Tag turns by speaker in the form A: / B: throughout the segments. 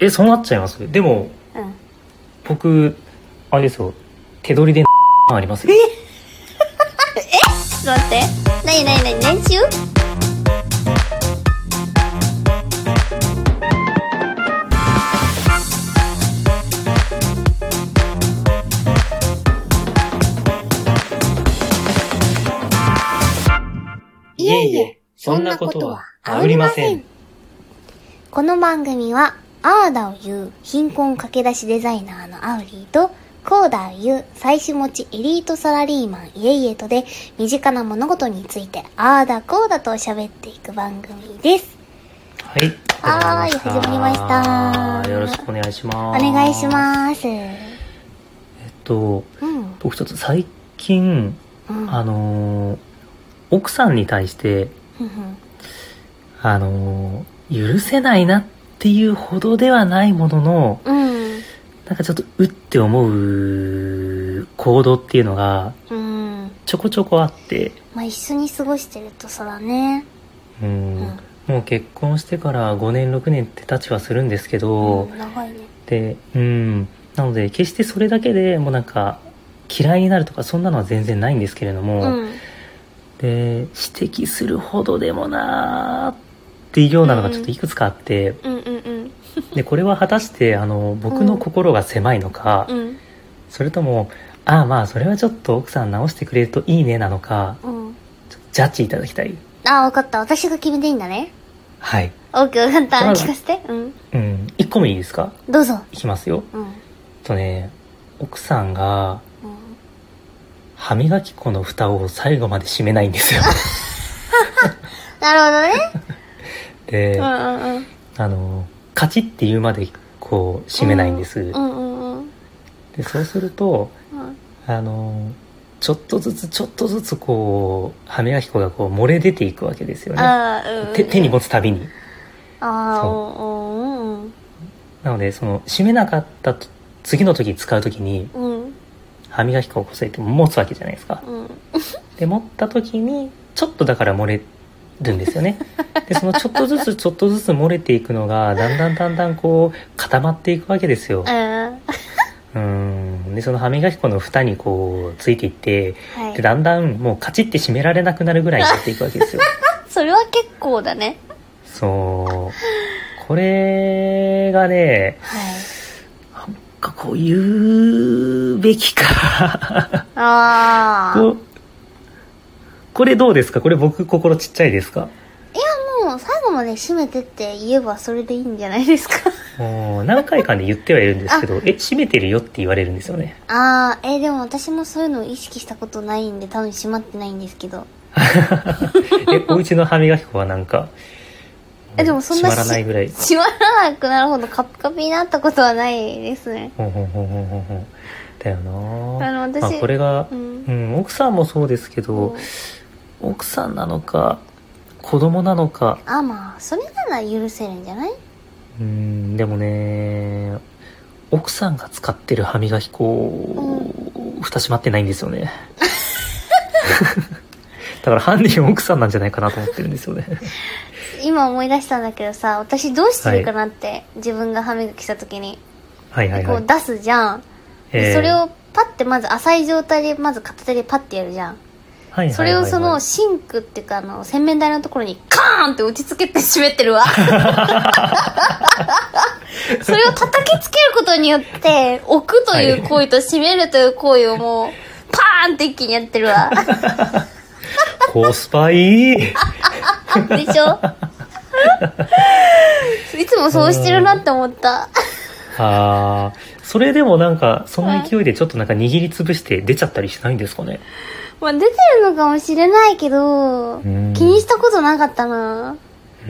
A: えそうなっちゃいますでも
B: うん
A: 僕あれですよ手取りで ありますよ
B: ちょっと待って何何何年中
A: いえいえそんなことはありません
B: この番組はアーダを言う貧困駆け出しデザイナーのアウリーとコーダを言う妻子持ちエリートサラリーマンイエイエとで身近な物事についてアーダコーダと喋っていく番組です
A: はい
B: はーい始まりました
A: よろしくお願いし
B: お
A: ます
B: 願いし
A: す
B: ますうん
A: えっと
B: うん
A: 僕ちょっと最近あのー奥さんに対して
B: ふんふん
A: あのー許せないなっていうほどではないものの
B: うん
A: なんかちょっとうって思う行動っていうのが
B: うん
A: ちょこちょこあって
B: まあ一緒に過ごしてるとそらね
A: う
B: うん
A: ん、もう結婚してから5年6年って経ちはするんですけど、
B: うん長いね
A: でうんなので決してそれだけでもうなんか嫌いになるとかそんなのは全然ないんですけれども、
B: うん
A: で指摘するほどでもなーっていうようなのがちょっといくつかあって、
B: うんうんうん
A: でこれは果たしてあの僕の心が狭いのか、
B: うん
A: それともああまあそれはちょっと奥さん直してくれるといいねなのか
B: うん
A: ちょっとジャッジいただきたい
B: あ分かった私が決めていいんだね
A: はい、
B: オッケー分かった
A: うん
B: 聞かせてうん
A: うん、1個目いいですか
B: どうぞ
A: いきますよ
B: うん
A: えっとね奥さんが
B: うん
A: 歯磨き粉の蓋を最後まで閉めないんですよ
B: なるほどね
A: で、あ
B: うんうん
A: のカチッって言うまでこう閉めないんです、
B: うんうんうん
A: でそうすると
B: うん
A: あのちょっとずつちょっとずつこう歯磨き粉がこう漏れ出ていくわけですよね
B: あーうん
A: 手手に持つたびに
B: ああ
A: そう
B: うんうん
A: なのでその閉めなかったと次の時使う時に
B: うん
A: 歯磨き粉をこすれて持つわけじゃないですか
B: うん
A: で持った時にちょっとだから漏れるんです よねでそのちょっとずつちょっとずつ漏れていくのがだんだんだんだんこう固まっていくわけですよ
B: うん
A: うんでその歯磨き粉の蓋にこうついていって
B: は
A: で
B: い
A: だんだんもうカチッて閉められなくなるぐらいになっていくわけです よ
B: それは結構だね
A: そうこれがね
B: は
A: な
B: い
A: んかこう言うべきか
B: ああ
A: こうこれどうですかこれ僕心ちっちゃいですか
B: もう最後まで閉めてって言えばそれでいいんじゃな いですか
A: もう何回かね言ってはいるんですけど「え閉めてるよ」って言われるんですよ ね
B: ああえーでも私もそういうの意識したことないんで多分閉まってないんですけど
A: えお家の歯磨き粉はなんか
B: えでもそんな
A: 閉まらないぐらい
B: 閉まらなくなるほどカピカピになったことはないですね
A: ほんほんほんほんほんほんだよな
B: あの私
A: まあ、これが
B: う、ん
A: うん、奥さんもそうですけど奥さんなのか子供なのか
B: あまあそれなら許せるんじゃない
A: うんでもね奥さんが使ってる歯磨き粉、蓋閉まってないんですよ ねだから犯人は奥さんなんじゃないかなと思ってるんです よね
B: 今思い出したんだけどさ私どうしてるかなって、自分が歯磨きした時に、
A: はいはいは
B: こ
A: いう
B: 出すじゃん、で
A: えー
B: それをパッてまず浅い状態でまず片手でパッてやるじゃ
A: は
B: ん
A: いはいはいはい
B: それをそのシンクっていうかあの洗面台のところにカーンって打ちつけて閉めて るわそれを叩きつけることによって置くという行為と閉めるという行為をもうパーンって一気にやってるわ
A: コスパいい
B: でしょいつもそうしてるなって思った
A: あーそれでもなんかその勢いでちょっとなんか握りつぶして出ちゃったりしないんですかね
B: まあ出てるのかもしれないけど気
A: ん
B: にしたことなかったな
A: う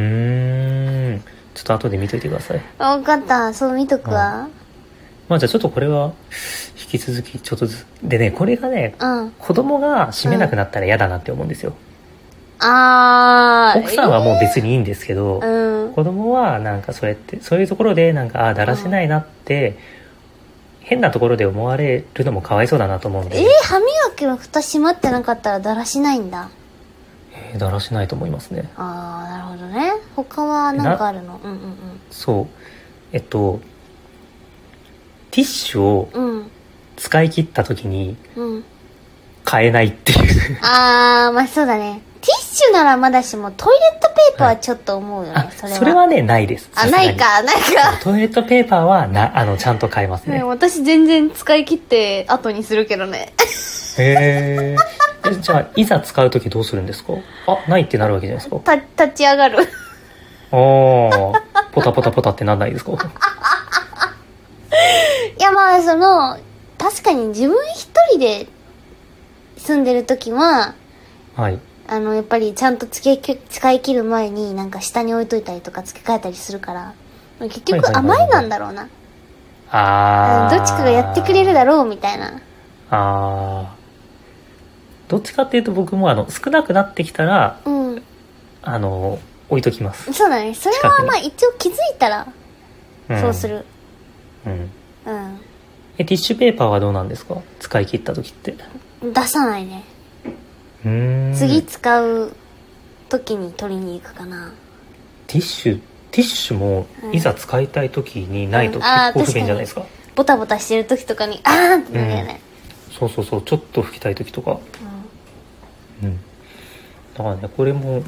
A: ーんちょっと後で見といてください
B: 分かったそう見とくわ
A: まあじゃあちょっとこれは引き続きちょっとずつでねこれがね
B: うん
A: 子供が閉めなくなったら嫌だなって思うんですよ、
B: あー
A: 奥さんはもう別にいいんですけど、
B: うん
A: 子供はなんかそれってそういうところでなんかああだらしないなって、変なところで思われるのもかわいそうだなと思うん
B: え
A: で
B: ー、歯磨きの蓋閉まってなかったらだらしないんだ
A: えーだらしないと思いますね
B: ああなるほどね他は何かあるのうんうんうん
A: そうえっとティッシュを
B: うん。
A: 使い切った時に
B: うん。
A: 買えないっていう
B: あー、まあそうだね。ティッシュならまだしもトイレットペーパーはちょっと思うよ
A: あ
B: ね、そ
A: そ
B: れ
A: れ
B: は。
A: はねないです
B: あ、ないか、ない
A: さ
B: か。
A: すがにトイレットペーパーはなあのちゃんと買えますね
B: ね、私全然使い切って後にするけどね。
A: へえじゃあいざ使う時どうするんですかあないってなるわけじゃないですか
B: た、立ち上がる。
A: ああポタポタポタってなんないですか
B: いやまあその、確かに自分一人で住んでる時は、
A: はい
B: あの、やっぱりちゃんと付け使い切る前になんか下に置いといたりとか付け替えたりするから、結
A: はいはい
B: 局
A: はいはい
B: 甘えなんだろうな。
A: ああ
B: うんどっちかがやってくれるだろうみたいな。
A: ああどっちかっていうと僕もあの少なくなってきたら
B: うん。
A: あの置いときます、
B: そうだね。それ
A: 近
B: は
A: くに
B: まあ一応気づいたら、
A: ん
B: そうす、る。
A: うん、
B: うん。
A: えティッシュペーパーはどうなんですか使い切った時って
B: 出さないね。
A: うーん
B: 次
A: テ
B: 使う時に取りに行くかな。
A: ィッシュティッシュも
B: うん
A: いざ使いたい時にないと
B: うん
A: 結
B: あー
A: 構不便じゃないですか,、
B: ボタボタしてる時とかに、あーってなるよね。
A: そうそうそうちょっと拭きたい時とかうんだからねこれも
B: うん、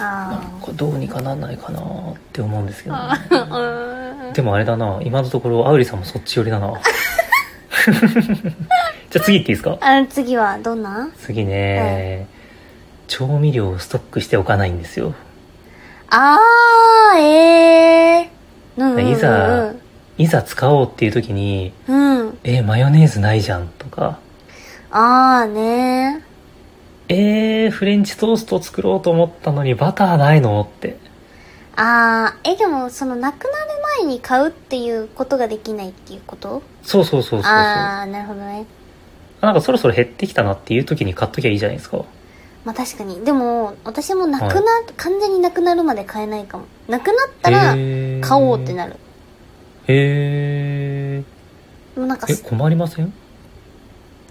A: な
B: あ
A: んかどうにかなんないかなって思うんですけど、ね、
B: あ。
A: でもあれだな今のところアウリさんもそっち寄りだ なじゃあ次行っていいですか
B: あ次はどんな
A: 次ね、調味料をストックしておかないんですよ
B: あー、ええー。うんうんうん
A: いざいざ使おうっていう時に
B: うん。
A: えーマヨネーズないじゃんとか
B: あーね
A: えー、フレンチトースト作ろうと思ったのにバターないのって
B: あー、え、でも、その、亡くなる前に買うっていうことができないっていうこと
A: そうそうそうそうそう
B: あー、なるほどね。
A: なんかそろそろ減ってきたなっていう時に買っときゃいいじゃないですか
B: まあ確かに。でも、私もなくな、
A: は
B: 完全になくなるまで買えないかも。なくなったら、
A: へー
B: 買おうってなる。
A: へ
B: でもなんか
A: ーえ
B: す、
A: 困りません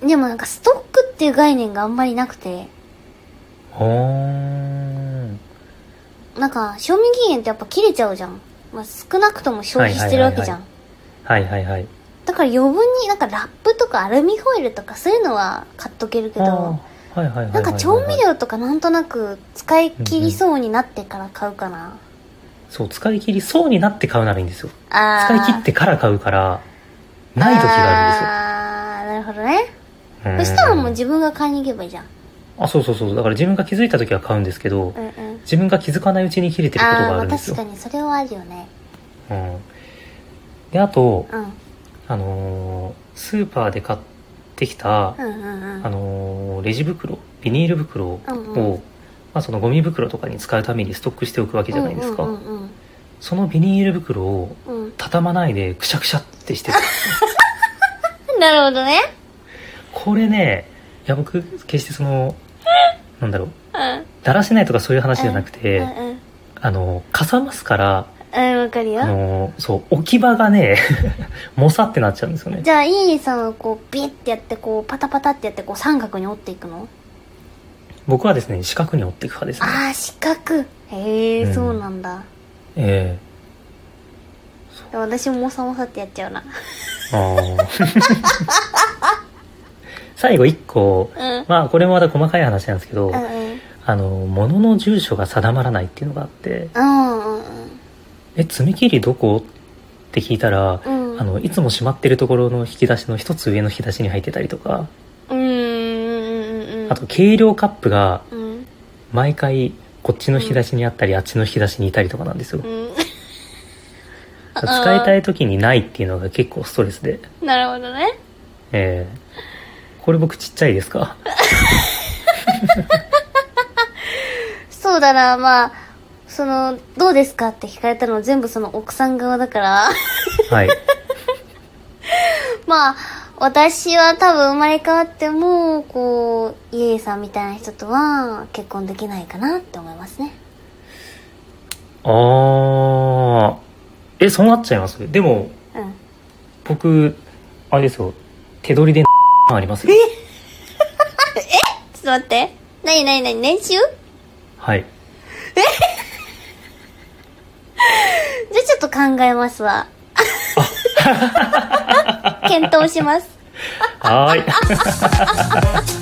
B: でもなんかストックっていう概念があんまりなくて、
A: あー
B: なんか、賞味期限ってやっぱ切れちゃうじゃん。まあ少なくとも消費してるわけじゃん。
A: はいはいはい
B: だから余分になんかラップとかアルミホイルとかそういうのは買っとけるけど、
A: あーはいはいはいはいはい
B: なんか調味料とかなんとなく使い切りそうになってから買うかな。
A: そう使い切りそうになって買うならいいんですよ
B: あー
A: 使い切ってから買うからない時があ
B: あるんですよ。あー、な
A: る
B: るほ
A: ん
B: ど
A: で
B: ね。そ
A: すよ
B: したらもう
A: うん
B: 自分が買いに行けばいいじゃん。
A: あそうそうそうだから自分が気づいた時は買うんですけど
B: うんうん。
A: 自分が気づかないうちに切れてること
B: あー
A: が
B: ま
A: あ
B: あ
A: るんです
B: 確
A: よ
B: かにそれはあるよね。
A: うんであと
B: うん。
A: あのースーパーで買ってきた
B: うんうんうん。
A: あのーレジ袋ビニール袋を、
B: うんうん
A: まあ、そのゴミ袋とかに使うためにストックしておくわけじゃないですか、
B: うんうん
A: そのビニール袋を
B: うんうん
A: 畳まないでくしゃくしゃってしてた
B: うん。なるほどね。
A: これねいや僕決してそのなんだろう
B: うん。
A: だらしないとかそういう話じゃなくて、
B: うんうん。
A: あのかさますから
B: うん、わかる
A: あ
B: よ。
A: のそう置き場がね もさってなっちゃうんですよね
B: じゃあ、イーリさんはこう、ビッてやって、こう、パタパタってやって、こう、三角に折っていくの
A: 僕はですね四角に折っていく派ですね
B: ああ、四角。へえ、
A: うん
B: そうなんだ。
A: え
B: でも私もモサモサってやっちゃうな。
A: えあー 最後一個
B: うん。
A: まあこれもまた細かい話なんですけど、
B: うんうん。
A: あの物の住所が定まらないっていうのがあって
B: うんうん
A: 「え爪切りどこ?」って聞いたら、
B: うん。うん。
A: あのいつも閉まってるところの引き出しの一つ上の引き出しに入ってたりとか、
B: うんうんうんうん。
A: あと計量カップが
B: うん。
A: 毎回こっちの引き出しにあったり、あっちの引き出しにいたりとかなんですよ、
B: うん。
A: 使いたい時にないっていうのが結構ストレスで
B: なるほどね。
A: えーこれ僕ちっちゃいですか
B: そうだな、まあ、その、どうですかって聞かれたの全部その奥さん側だから。
A: はい
B: まあ、私は多分生まれ変わっても、こう、イエイさんみたいな人とは結婚できないかなって思いますね。
A: あーえそうなっちゃいますでも
B: うん。
A: 僕あれですよ手取りでありますよ
B: ちょっと待って。なになになに年収じゃ
A: はい
B: あちょっと考えますわ。
C: 検討します。
B: はーい。